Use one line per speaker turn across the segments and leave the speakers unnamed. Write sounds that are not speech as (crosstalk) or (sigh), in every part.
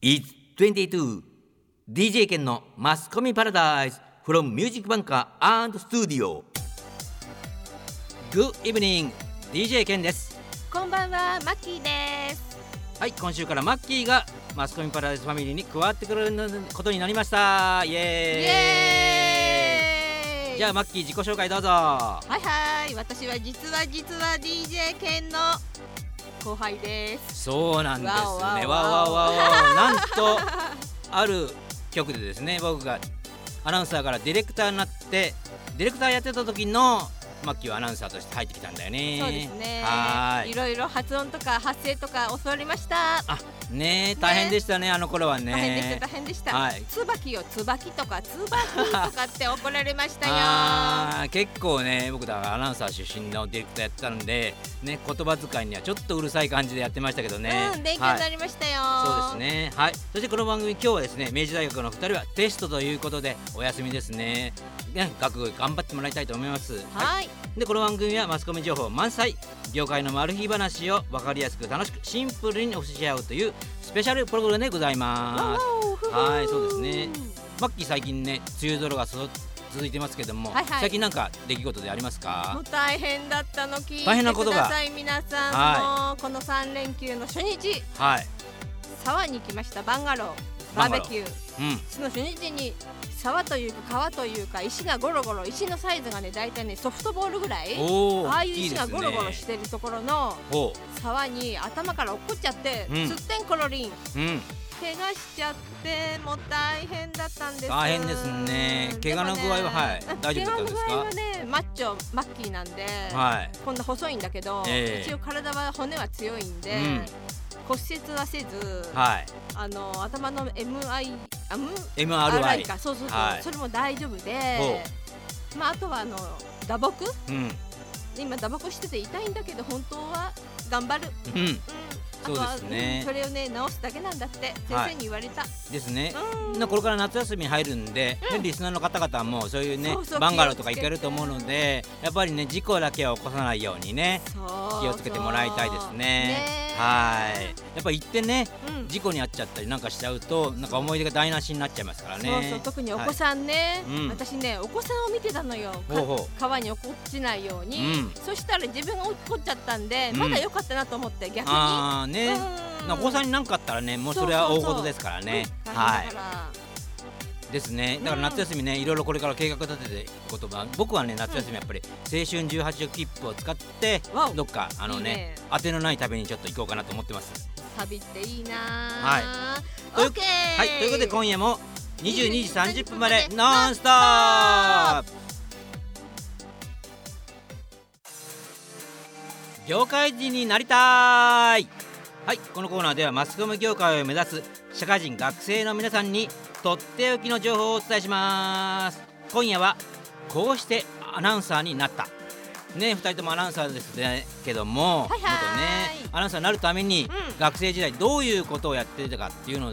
It's 22 DJ 県のマスコミパラダイス from ミュージックバンカー and ス u d i o Good evening DJ 県です
こんばんは、マッキーです。
はい今週からマッキーがマスコミパラダイスファミリーに加わってくれることになりましたイエ
イ
ーイ
エーイ。
じゃあマッキー自己紹介どうぞは
はいはい、私は実は実は DJ 犬の後輩です。
そうなんですね。
わお
わ
わお
おわおわおわおなんとある局でですね僕がアナウンサーからディレクターになってディレクターやってた時のマッキーはアナウンサーとして入ってきたんだよね。
そうですね。
はーい
い。ろいろ発音とか発声とか教わりました。
あねえ大変でしたねあの頃はね。
大変でした大変でした。
はい
椿よ椿とか椿とかって怒られま
(laughs)
したよ。
あー結構ね僕だからアナウンサー出身のディレクターやってたんでね言葉遣いにはちょっとうるさい感じでやってましたけどね。
うん、勉強
はい
になりましたよ。
そうですねはいそしてこの番組今日はですね明治大学の2人はテストということでお休みですねね学業頑張ってもらいたいと思います
はい。
でこの番組はマスコミ情報満載業界のマル秘話を分かりやすく楽しくシンプルに教え合うというスペシャルプログラムでござい
わ
ま
おふふ
はいそうですねすマッキー最近ね梅雨空がそ続いてますけども、
はいはい
最近なんか出来事であります
も
か
う大変だったの聞いて
大変なこ
く
とが
ださい皆さん、
は
もうこの3連休の初日
はい
沢に来ましたバンガロー
バ
バ
ンガロー
ーベキュー
うん
その初日に沢というか川というか石がゴロゴロ石のサイズがね大体ねソフトボールぐらい
おお
ああいう石がゴロゴロし
ね
てるところの
ほ
沢に頭から落っこっちゃって、
うん
すってんころりん
ううん
怪我しちゃってもう大変だったんです
大変ですね怪我の具合は
でも
はい大丈夫だったんですか
怪我の具合はねマッチョマッキーなんで、
はい
こんな細いんだけど、
ええ
一応体は骨は強いんで、
うん
骨折はせず、
はい
あの頭の MI あむ
MRI
かそうそうそう、
はい
それも大丈夫で、まああとはあの打撲
うん
今打撲してて痛いんだけど本当は頑張る、うん、
うん
あとは
そうですね
んそれをね治すだけなんだって
はい
先生に言われた、
ですね
うん
なこれから夏休みに入るんで、ねリスナーの方々もそういうね
そうそう
バンガローとか
気をつ
行け
けて
ると思うのでやっぱりね事故だけは起こさないようにね
そう
気をつけてもらいたいですね
ね
はいやっぱ行ってね
い、うん
事故に遭っちゃったりなんかしちゃうとなんか思い出が台無しになっちゃいますからね
そうそう特にお子さんね、
はいうん
私ねお子さんを見てたのよか
ほうほ
川に落っこちないように、
うん
そしたら自分が落っこっちゃったんで、
うん
まだ良かったなと思って逆に
ああね
うん
なお子さんに何かあったらねもうそれは大事ですからね
うん
はい
大変だから
ですねだから夏休みね、いろいろこれから計画立てていくことが僕はね夏休みやっぱり青春18切符を使って
わお
どっかあのね
いいね
当てのない旅にちょっと行こうかなと思ってます。
旅っていいな
とい
オ
う
ッケー
はいということで今夜も22時30分まで
22
ノンストップ業界人になりたいはいこのコーナーではマスコミ業界を目指す社会人学生の皆さんにとっておきの情報をお伝えします今夜はこうしてアナウンサーになったね二人ともアナウンサーですねけども、
はいはい
元ねアナウンサーになるために、
うん
学生時代どういうことをやっていたかっていうのを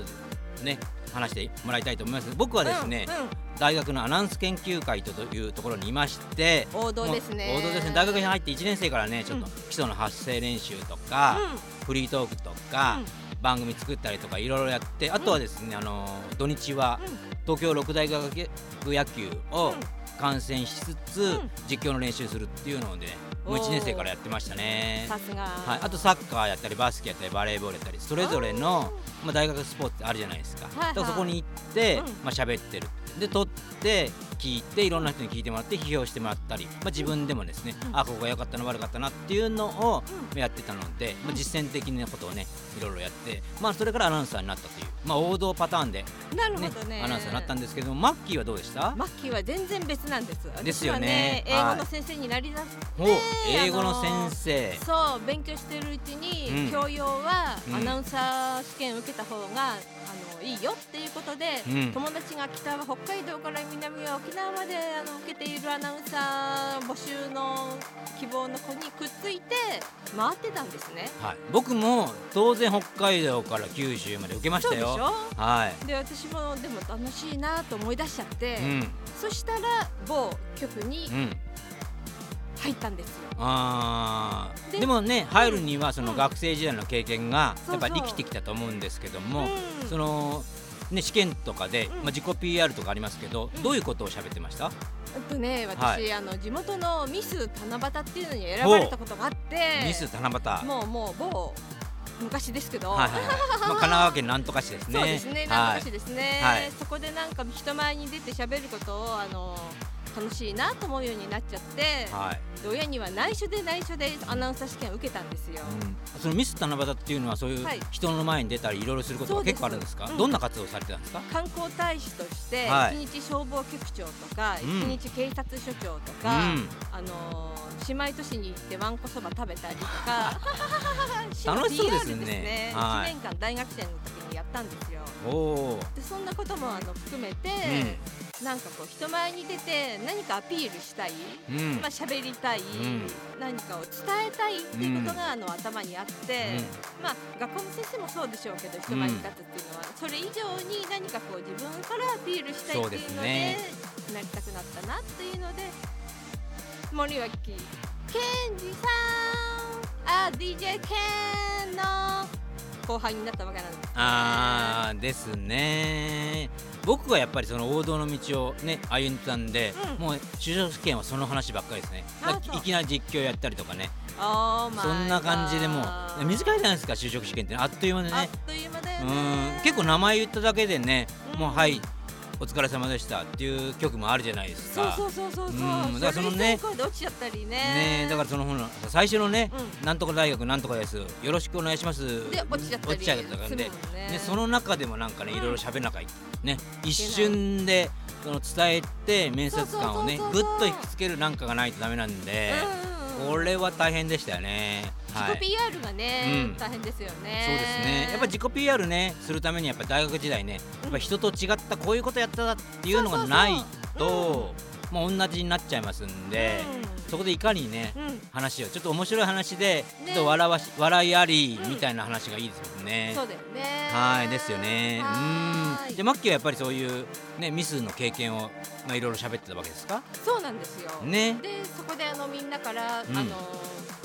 ね話してもらいたいと思います僕はですね、
うんうん
大学のアナウンス研究会というところにいまして
王道ですね
もう王道ですね大学に入って1年生からねちょっと
うん
基礎の発声練習とか、フリートークとか、番組作ったりとかいろいろやってあとはですね、あの土日は
うん
東京六大学野球
う
を
ん
観戦しつつ、
うん
実況の練習するっていうのをねもう1年生からやってましたね
うん、。さすが、
はい、あとサッカーやったりバスケやったりバレーボールやったりそれぞれのまあ、大学スポーツってあるじゃないですか、
いはい
だからそこに行って、
うん
まあ喋ってるで撮って聞いていろんな人に聞いてもらって批評してもらったり、まあ、自分でもですね、
うん
あここが良かったな悪かったなっていうのを
う
やってたので、まあ、実践的なことをねいろいろやって、まあ、それからアナウンサーになったという、まあ、王道パターンで、ね
なるほどね
アナウンサーになったんですけどもマッキーはどうでした
マッキーは全然別なんです
ですよね
私は
はい
英語の先生になりだす
お英語の先生、
そう勉強してるうちに、
うん
教養は
うん
アナウンサー試験受けた方が、あのいいよっていうことで、
うん
友達が北は北海道から南は沖縄まであの受けているアナウンサー募集の希望の子にくっついて回ってたんですね。
はい、僕も当然北海道から九州まで受けまし
そう
た
でし
よ。
ょ
はい、
で私もでも楽しいなと思い出しちゃって、
うん
そしたら某局に
うん、
「入ったんですよ。
あー
で
でもね入るにはその
うん
学生時代の経験が
そう
やっぱ
そう
り生きてきたと思うんですけども
うん
そのね試験とかで
ん、
まあ、自己 PR とかありますけど
うん
どういうことを喋ってました
あとね私、
はい
あの地元のミス七夕っていうのに選ばれたことがあって
ミス七夕はい
もうもう某昔ですけど、
はい
(laughs)
はい、まあ、神奈川県なんとか市ですね
そうですね
は
な
い
んとか市ですね、
はい
そこでなんか人前に出て喋ることをあの楽しいなと思うようになっちゃって、
はい
で親には内緒で内緒でアナウンサー試験を受けたんですよ。
うん、そのミス七夕っていうのはそういう
はい
人の前に出たりいろいろすること
そ
が
うです
結構あるんですか
うん
どんな活動をされてたんですか
観光大使として
はい
一日消防局長とか一
うん
日警察署長と
う
か、
ん、
あのー、姉妹都市に行ってわんこそば食べたり
(laughs)
とか市の
楽しそうですね
PR
は
1
い
年間大学生の時にやったんですよ
おー
でそんなこともあの含めて、なんかこう人前に出て何かアピールしたい、
うんうん
まあ喋りたい、
ん
何かを伝えたいっていうことが、あの頭にあって、まあ学校の先生もそうでしょうけど人前に立つっていうのは、それ以上に何かこう自分からアピールしたいっていう
そうです
ので
ね
なりたくなったなっていうので森脇健二さんあ DJ 健の後輩になったわけなんですね
あーですね僕はやっぱりその王道の道をね歩んでたんで、
うん
もう就職試験はその話ばっかりですね
あ
まあ
そう
いきなり実況やったりとかね
あー
そんな感じでもう短いじゃないですか就職試験ってあっという間で
あっ
ね
という間だよ
う
ね
ん結構名前言っただけでね、
うん
もうはいお疲れ様でしたっていう曲もあるじゃないです
そう
か
そうそうそうそ
う
う
んだからそのね
れ以上に声で落ちちゃったりね
ねえだからそのほら最初のね、
う
なんとか大学なんとかですよろしくお願いします
で落ちちゃったり
落ちちゃったから
する
で
もんね
ね、その中でもなんかねいろいろ喋らなきゃいけないね一瞬でその伝えて面接官をね
そうそ
ぐ
うそう
っと
そう
引きつけるなんかがないとダメなんで、
うんうん
これは大変でしたよね。は
自
い
己 PR がね、
うん
大変ですよね
そうですねやっぱ自己 PR ねするためにやっぱ大学時代ねやっぱ人と違ったこういうことやったっていうのがないともう同じになっちゃいますんで、そこでいかにね、
うん、うん
話をちょっと面白い話で、ち
ね
ょっと笑わし笑いあり
うん
みたいな話がいいですもんね。
そうだよね
はいですよね。う
は
ー
ー
ん。
い
じゃあマッキーはやっぱりそういうねミスの経験をまあいろいろ喋ってたわけですか。
そうなんですよ、
ね。
でそこであのみんなから、
うん
あの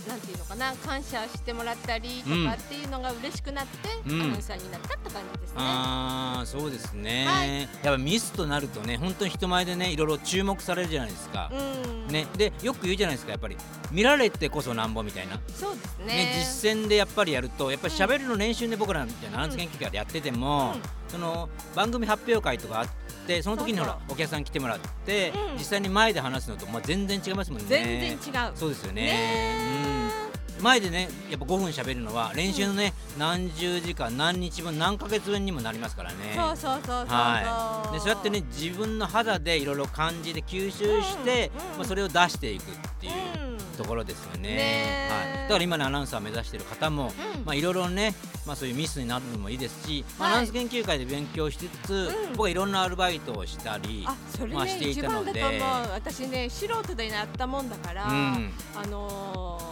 なんていうのかな感謝してもらったりと
うん
かっていうのが嬉しくなって、
うん
アナウンサーになったって感じですね
ああそうですね、
は
やっぱミスとなるとね本当に人前でねいろいろ注目されるじゃないですか。
うん
ねでよく言うじゃないですかやっぱり見られてこそなんぼみたいな。
そうですね
ね、実践でやっぱりやるとやっぱり
うん
喋るの練習で僕らみたいなアナウンス研究会でやってても、
うん
その番組発表会とかあってその時にほら
そう
お客さん来てもらって、
うん
実際に前で話すのと、まあ、全然違いますもんね
全然違う
そうですよね
ね
うん、前でねやっぱ5分喋るのは練習のね、何十時間何日分何ヶ月分にもなりますからね
そうそうそうそうそう、
はい、でそうやってね自分の肌でいろいろ感じて吸収して、
うんうん
まあ、それを出していくっていう
うん
ところですよね。
ねえ
はい、だから今のアナウンサーを目指している方も、
うん
まあいろいろね、まあそういうミスになるのもいいですし、まあ
はい
アナウンス研究会で勉強しつつ、
うん
僕はいろんなアルバイトをしたり、
あそれね、
まあしてい
一
たの
番
で
だと思う私ね素人でなったもんだから、
うん、
あのー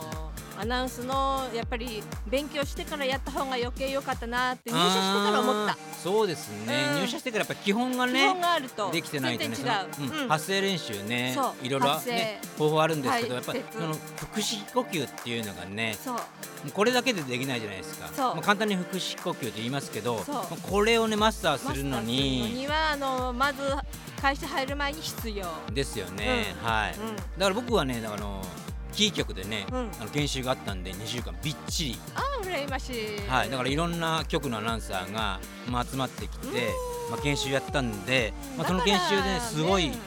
アナウンスのやっぱり勉強してからやった方が余計良かったなって入社してから思った
あ、ー。そうですね、
うん
入社してからやっぱ基本が
基本
ね。
があると
できてないとね、そ
全然
の
違う、
うん
うん
発声練習ね
そ、う
いろいろ
発声
ね方法あるんですけど、
は
や
い
っぱり
節
その腹式呼吸っていうのがね、
そう
もうこれだけでできないじゃないですか。
そう
まあ簡単に腹式呼吸って言いますけど、
そう
まあこれをねマスターするの
マスターするの
に
にはあのまず会社入る前に必要、
ですよね。
うん
はい。
うん、
だから僕はねあのキー局でね、
うん
あの研修があったんで2週間びっちり、
ああ羨ましい
はい、だからいろんな局のアナウンサーが、まあ、集まってきて、まあ、研修やったんで、まあ、その研修で、ね、すごい
だか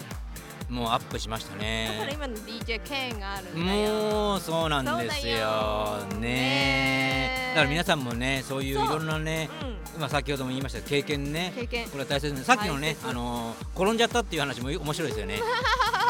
もうアップしました
らねだから
ね。
今の DJ ケンがあるんだよ
もうそうなんですよ
そうだ
ね
よね
だから皆さんもねそういうい
そう
ろんなね
う
まあ先ほども言いましたけど経験ね
ん、経験
これは大切ですさっきのね
大、切
あのー転んじゃったっていう話も面白いですよね。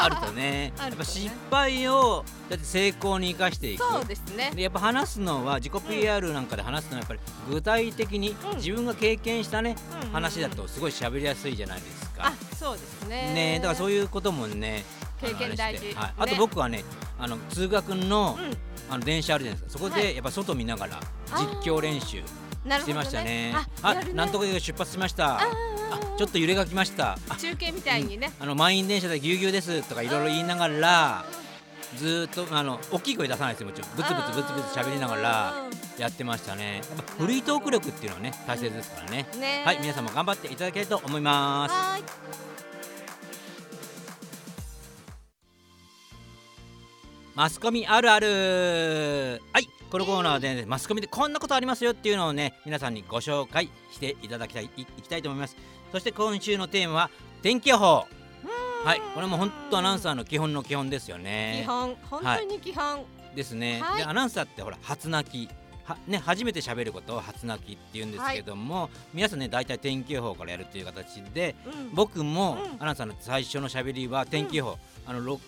あるとね、
(laughs) あ
やっ
るとね
ぱ失敗をだって成功に生かしていく。
そうですね
でやっぱ話すのは自己 PR なんかで話すのはやっぱり具体的に
うん
自分が経験したね、
うんうんうん
話だとすごい喋りやすいじゃないですか
あ。そうですね
ねだからそう
い
い
う
うこともねあの
経験大事
あれしてはい
ね
あと僕はねあの通学の,、
うん
あの電車あるじゃないですかそこ
は
でやっぱ外見ながら実況練習
なる
し
ほど
てましたね。
あ、
あ
やるね
なんとかが出発しました。
あ
あ
あ
ちょっと揺れが来ました。あ
中継みたいにね、
あの満員電車でぎゅうぎゅうですとかいろいろ言いながらずーっとあの大きい声出さないですよもちろんブツブツブツブツ喋りながら
うん
やってましたねやっぱフリートーク力っていうのはね大切ですからね
ね
はい皆
さ
さんも頑張っていただけると思います
はーい
マスコミあるあるはいこのコーナーでね、マスコミでこんなことありますよっていうのをね皆さんにご紹介していただきたいいいきたいと思いますそして今週のテーマは天気予報はいこれも本当アナウンサーの基本の基本ですよね
基本本当に基本、
ですね、
はい
でアナウンサーってほら初泣きはね、初めて喋ることを初泣きって言うんですけども、皆さんね大体天気予報からやるっていう形で
うん
僕も
うん
アナさんの最初のしゃべりは天気予報、あのろ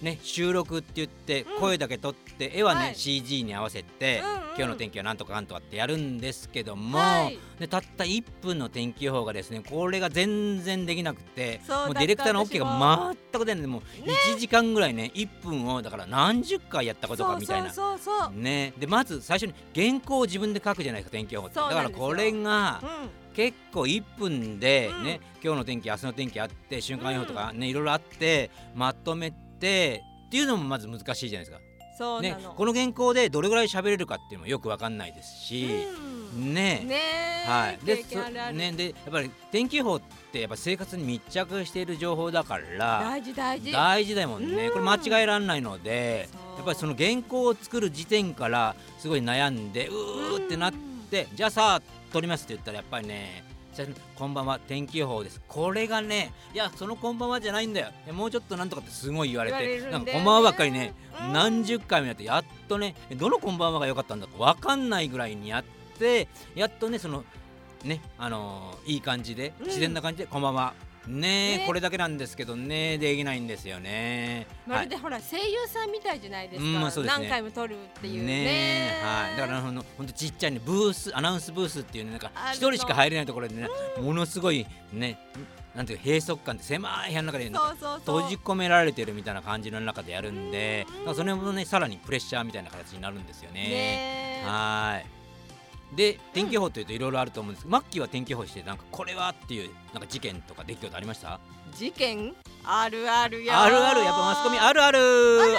ね、収録って言って
うん
声だけ撮って、絵はね、
はい
CG に合わせて、
うんうん
今日の天気はなんとかなんとかってやるんですけども、
はい
でたった1分の天気予報がですねこれが全然できなくて
そう
もう
だ
ディレクターの OK
私
が全く出ないでもう1時間ぐらいね1分をだから何十回やったことかみたいな。
そうそうそう
ね、でまず最初に原稿を自分で書くじゃないですか天気予報ってだ
そう
か
なん
ら
ですよ
これが
そう、うん
結構1分で
うん
ね、今日の天気明日の天気あって瞬間予報とかね、いろいろあってまとめてっていうのもまず難しいじゃないですか。
そう
ね
なの、
この原稿でどれぐらい喋れるかっていうのもよくわかんないですし、
うん
ね
ねえ、
はい、
経
そ
験あるある、
ね、でやっぱり天気予報ってやっぱ生活に密着している情報だから
大事大事
大事だもんね、
うん
これ間違えられないので
そう
やっぱりその原稿を作る時点からすごい悩んでうーってなって、じゃあさあ撮りますって言ったらやっぱりね最初にこんばんは天気予報ですこれがねいやそのこんばんはじゃないんだよいやもうちょっとなんとかってすごい言われて
言われるんだよ
なんか
ね
こんばんはばっかりね、
うん
何十回もやってやっとねどのこんばんはが良かったんだか分かんないぐらいにやってやっとねそのねあのーいい感じで
うん
自然な感じで、こんばんはねえ
ね
これだけなんですけどねできないんですよね。
ま
は
る
い
でほら声優さんみたいじゃないですか、
うんまあそうですね
何回も撮るっていうね
ねえはい、だからあの本当ちっちゃいねブースアナウンスブースっていうねなんか
あるの
一人しか入れないところでねものすごいねなんていうか閉塞感って狭い部屋の中でなんか
そうそうそう
閉じ込められてるみたいな感じの中でやるんで
うん
だからそれもねさらにプレッシャーみたいな形になるんですよね。
ねえ
はーいで天気予報というといろいろあると思うんですけど、マッキーは天気予報してなんかこれはっていうなんか事件とか出来事ありました
事件あるあるや
あるあるやっぱマスコミあるある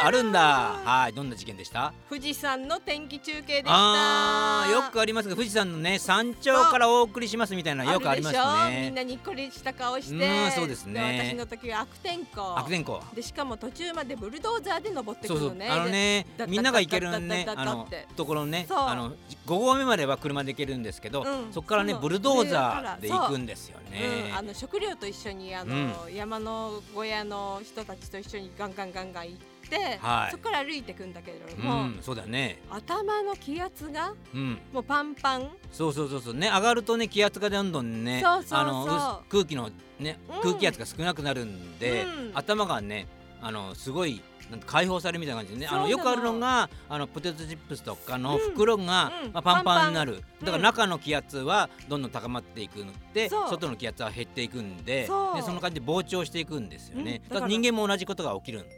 あ
る
るんだはいどんな事件でした
富士山の天気中継でした
あーよくありますが富士山のね山頂からお送りしますみたいなのよくあります
るでしょみん
ね
なにっこりした顔して、
うんそうですね
私の時は悪天候
悪天候
でしかも途中までブルドーザーで登ってく
そう
る
そ
の
う
ね
あのね
だだだだだだ
みんなが行けるね
だだ
あ
だだっ
の
て
ところね
そう
あの5合目までは車で行けるんですけど
うん
そこからね
その
ブルドーザーで行くんですよ
で
ね
うん、あの食料と一緒にあの、山の小屋の人たちと一緒にガンガンガンガン行って、
はい
そこから歩いていくんだけれど
う
も、
んそうだね
頭の気圧が
うん
もうパンパン
そうそうそうそうね上がるとね気圧がどんどんね
そうそうそう
あのう空気のね
うん
空気圧が少なくなるんで、
うん
頭がねあのすごいなんか解放されるみたいな感じでねあの
そうな
よ
の
くあるのがあのポテトチップスとかの
うん
袋が、
うん
まあ、パンパンになる
パン
だから中の気圧はどんどん高まっていくので
そう
外の気圧は減っていくんで
そう
でその感じで膨張していくんですよね、だ
うんだ
か
からら
人間も同じことが起きるん
ね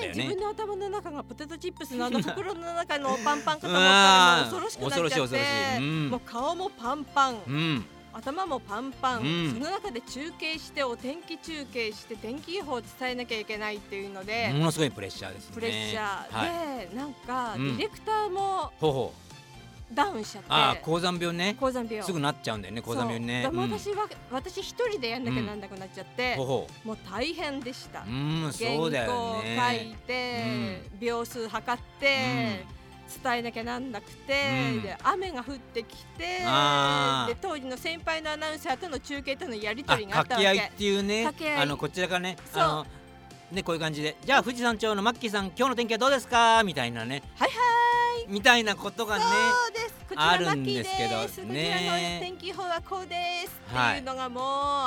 だよね
自分の頭の中がポテトチップスのあの袋の中のパンパンかと思っ
わ
た
ー
らもう恐ろしくなっちゃ
恐
って
ろしい恐ろしいうん
もう顔もパンパン、
うん
頭もパンパン、
うん
その中で中継してお天気中継して天気予報を伝えなきゃいけないっていうので、
ものすごいプレッシャーですね
プレッシャーで、
はい、
なんか
う
デ
ん
ィレクターも
ほうほう
ダウンしちゃって、
ああ高山病ね
高山病
すぐなっちゃうんだよね高山病ね
そうだから
うん
私は、私一人でやんなきゃなんなくなっちゃって、
ほほ
もう大変でした、
ううん
原
そうだ
稿
よ
を書い
ね
て、秒数測って、伝えなきゃなんなくて、
うん
で雨が降ってきて
あー
で当時の先輩のアナウンサーとの中継とのやり
あ
取りがあった
掛
わ
け合い
け
っていうね
掛け合い
あのこちらがね
そう
あのねこういう感じでじゃあ富士山頂のマッキーさん今日の天気はどうですかみたいなね
はい
はいみたいなことがね
そうですこち
あ
ら
る
マ
ん
ッキー
で
ですす
けど
こちら
ね
の天気予報はこうです、
はい
っていうのがもう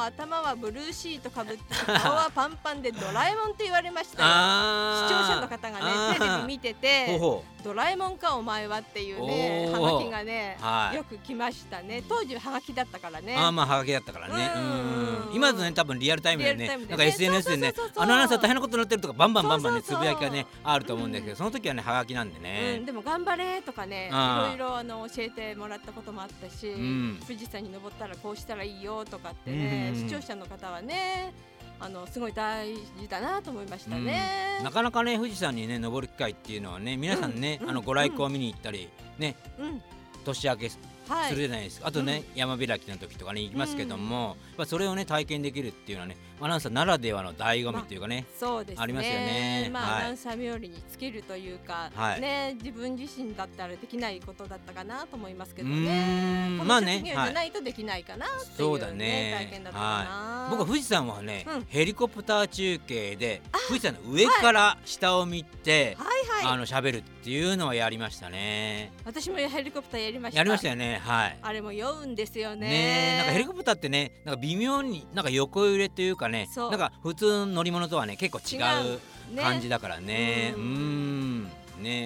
頭はブルーシートかぶって顔はパンパンでドラえもんって言われましたよ視
あ
聴
ー
者の方が
あ
ねテレビ見て
ほう
て
ほ
「ドラえもんかお前は」っていうね
お
は
ー
がきがね
うはい
よく来ましたね当時はがきだったからね
ああまあハガキだったからねう
うん
ん今だとね多分リアルタイムで
リア
ね
ルタイムで
な
ね
んか SNS でね
そうそうそうそう
あのアナウンサー大変なことになってるとかバンバンバンバンね
そう
つ
そうそう
ぶやきがねあると思うんですけどその時はねハガキなんで
う
ね
ん、でも頑張れとかねい
あー
ろいろあの教えてもらったこともあったし、
ん
富士山に登ったらこうしたらいいよとかってね、
うんうんうん
視聴者の方はねあのすごい大事だなと思いました
うんな
ね。
かなかね富士山にね登る機会っていうのはね皆さんね、
うん
あのご来光見に行ったりね
うん、
年明けす
は
るじ
い。
ゃないですか、あとね、山開きの時とかね行きますけども、まあそれをね体験できるっていうのはねアナウンサーならではの醍醐味っていうかね、
そうですね。
ありますよね
まあ、
はい
アナウンサー冥利に尽きるというか、
はい
ね自分自身だったらできないことだったかなと思いますけ
うー
どね。
ん
こ
ま
の
あ
職業
ね
じ
は
ゃ
い
ないとできないかなってい
そううだ
ね
ね
体験だったかな。
僕は富士山はね、
うん
ヘリコプター中継で富士山の上から下を見て、
はいはい。
あの喋るっていうのはやりましたね
私もヘリコプターやりました。
やりましたよねはい
あれも酔うんですよね。
ねえなんかヘリコプターってねなんか微妙になんか横揺れというかね
そう
なんか普通の乗り物とはね結構違う
ね
感じだからねう
うんん
ね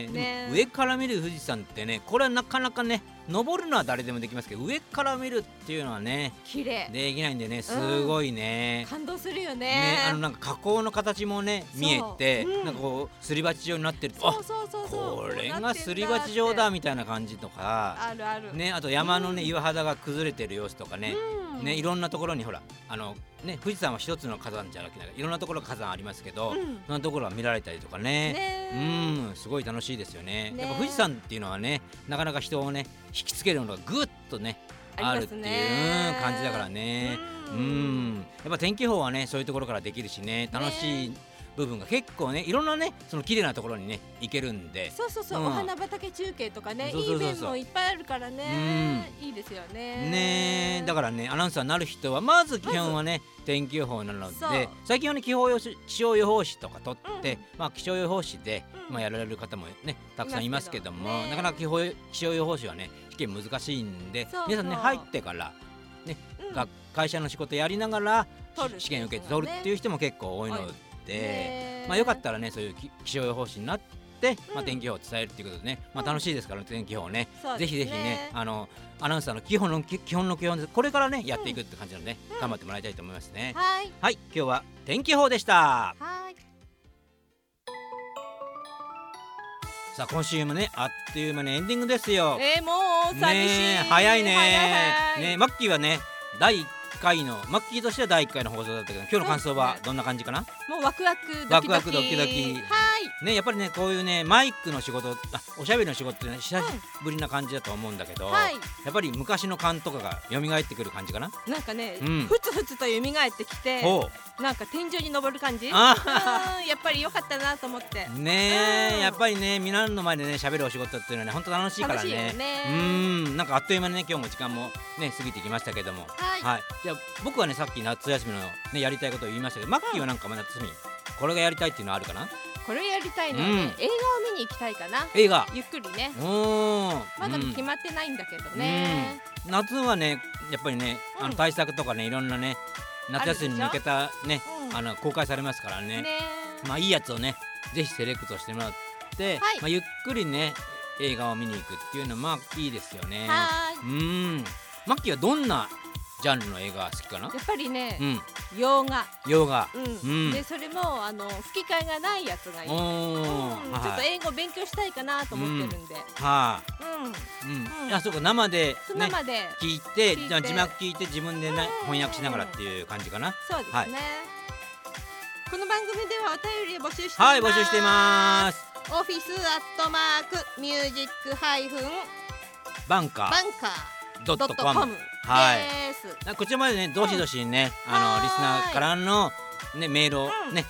え
ね
でも上から見る富士山ってねこれはなかなかね登るのは誰でもできますけど上から見るっていうのはね
綺麗。
できないんでねすごいね。
感動するよね。
ね、あのなんか火口の形もね
そう
見えて、
うん
なんかこうすり鉢状になってると
そうそうそう
あ
そ
こ
う。
れ
うな
が
ってん
すり鉢状だ
って
みたいな感じとか、
あるある。。
ね、あと山のね、
うん
岩肌が崩れてる様子とかね、
うん、
ね、いろんなところにほらあの、ね、富士山は一つの火山じゃなくていろんなところ火山ありますけど、
うん
そんなところが見られたりとかね
ね。
うんすごい楽しいですよね
ね
やっぱ富士山っていうのはねなかなか人をね引きつけるものがぐっとねあ
あ
る
り
って
ます
いう
ね
うん感じだからねう
うんん
やっぱ天気予報はねそういうところからできるしね楽しい
ね
部分が結構ねいろんなねその綺麗なところにね行けるんで
そうそうそう、
うん
お花畑中継とかね、
そうそうそうそう
いい面もいっぱいあるからね、いいですよね。
ねえだからねアナウンサーになる人はまず基本はね天気予報なの
そう
で最近はね気候予報気象予報士とか取って、
うん
まあ、気象予報士で、
うん
まあ、やられる方もねたくさんい
い
ま
ますす
けど
けど
も
ね
なかなか気候気象予報士はね試験難しいんで
そうそう
皆さんね入ってから、
うん
が会社の仕事やりながら、
取る
試験受けて取るっていう人も結構多いの
はい
で、
ね
まあ、よかったらねそういう気気象予報士になって、まあ、
うん
天気予報を伝えるっていうことでね、まあ、
うん
楽しいですから、天気予報ね。
そう
ぜ
ですね
ひぜひね、あのアナウンサーの基本の基基本の基本です。これからね、やっていくって感じなので、
うん
頑張ってもらいたいと思いますね。
はい。
はい、今日は天気予報でした。
はい。
さあ、今週もね、あっという間にエンディングですよ。
えー、もう寂しい。
ねえ早いね
早い
ねえマッキーはね、第一回のマッキーとしては第一回の放送だったけど、今日の感想は
そうですね
どんな感じかな？
もうワクワクドキドキ。
ワクワクドキドキ
はい。
ね、やっぱりね、こういうね、マイクの仕事、あ、おしゃべりの仕事ってね、久しぶりな感じだと思うんだけど、
はい。
やっぱり昔の感とかが蘇ってくる感じかな。
なんかね、
うん
ふつふつと蘇ってきて、
ほう。
なんか天井に登る感じ。
あ
うんやっぱり良かったなと思って。
ねえ、
うん
やっぱりね皆の前でね喋るお仕事っていうのはね本当楽しいから
楽しいよ
ね
ね
うーんなんかあっという間にね今日も時間もね過ぎてきましたけども
はい。
じゃあ僕はねさっき夏休みのねやりたいことを言いましたけどマッキーはなんかまあ夏休みこれがやりたいっていうのはあるかな
これやりたいのは
うん
ね、映画を見に行きたいかな。
映画
ゆっくりね。
うーん
まだ
う
決
ん
まってないんだけどね。
夏はねやっぱりねあ
う
の
ん
対策とかねいろんなね夏休みに向けたね
うん
あの公開されますから
ね。
まあいいやつをねぜひセレクトしてもらって、
はい
まあ、ゆっくりね映画を見に行くっていうのはまあいいですよね
は
うーんマッキーはどんなジャンルの映画が好きかな
ーい。やっぱりね
う、ん
洋画。
洋画
うん
うん
で、それも、あの、吹き替えがないやつがいい。
お
うん
ー
ちょっ
は
と
い
英語勉強したいかなと思ってるんで。
は
うん。
いうん、
うん
あそうか生で
その
ね
まで。
聞いて
聞いて
じゃあ字幕聞いて自分でね
うん
翻訳しながらっていう感じかな
そうですね。
はい
この番組ではお便りを募集しています。
はい募集してます
す。オフィスアットマークミュージックハイフン
バンカ
バンカ
ード
ード
ッ
ッ
ト
ト
コ
コ
ム
ム
はい
です。
なこちらまでねどしどしね、
うん
あ
はー
の
い
リスナーからの、ね、メールを
うん
ね、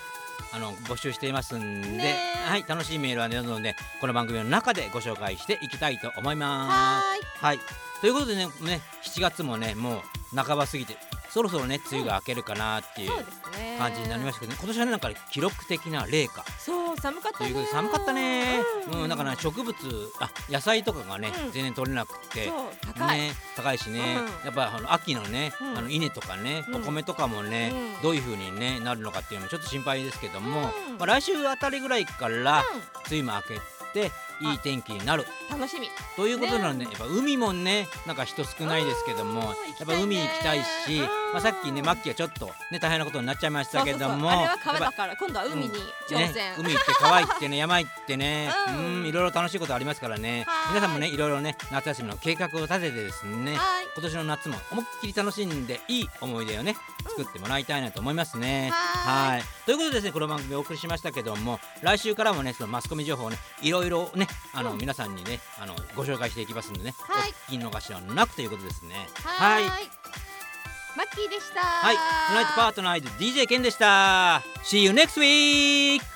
あの募集していますんで、
ねえ
はい、楽しいメールはねどんどんねこの番組の中でご紹介していきたいと思いま
はーい。
す。はいということでねね7月もねもう半ば過ぎてそろそろね梅雨が明けるかなっていう
そうですね。
感じになりましたけどね今年はねなんか記録的な冷夏
そう寒かっ
と
た
いう
ね
ことで寒かったね、うんだからね
そう
植物あ野菜とかがね、
うん
全然取れなくて。
高い、
ね、高いしね、
うん
やっぱあの秋のね、
うん
あの稲とかね、
うん
お米とかもね、
うん
どういう風にねなるのかっていうのもちょっと心配ですけども、
うん
まあ、来週あたりぐらいから
う
梅雨も明けていい天気になる
楽しみ
ということなんで、やっぱ海もねなんか人少ないですけども
うん
やっぱ
行きたいね
海行きたいし、
うん
まあ、さっきねマッキーはちょっとね大変なことになっちゃいましたけども
そうそうそうあれは
や
川
っぱ
だから今度は海に挑
ね
戦、、
海行って川行
(laughs)
ってね山行ってね
う
うんんいろいろ楽しいことありますからね
はーい
皆さんもねいろいろね夏休みの計画を立ててですね
はい
今年の夏も思いっきり楽しんでいい思い出をね作ってもらいたいなと思いますね。
はーい
いということでですねこの番組お送りしましたけども来週からもねそのマスコミ情報をねいろいろねあの、
うん
皆さんにねあのご紹介していきますんでね、
はい
お聞き逃しはなくということですね。
はーい
はい
マッキーでした
はい、トゥナイトパートナーイズ DJ ケンでした。See you next week!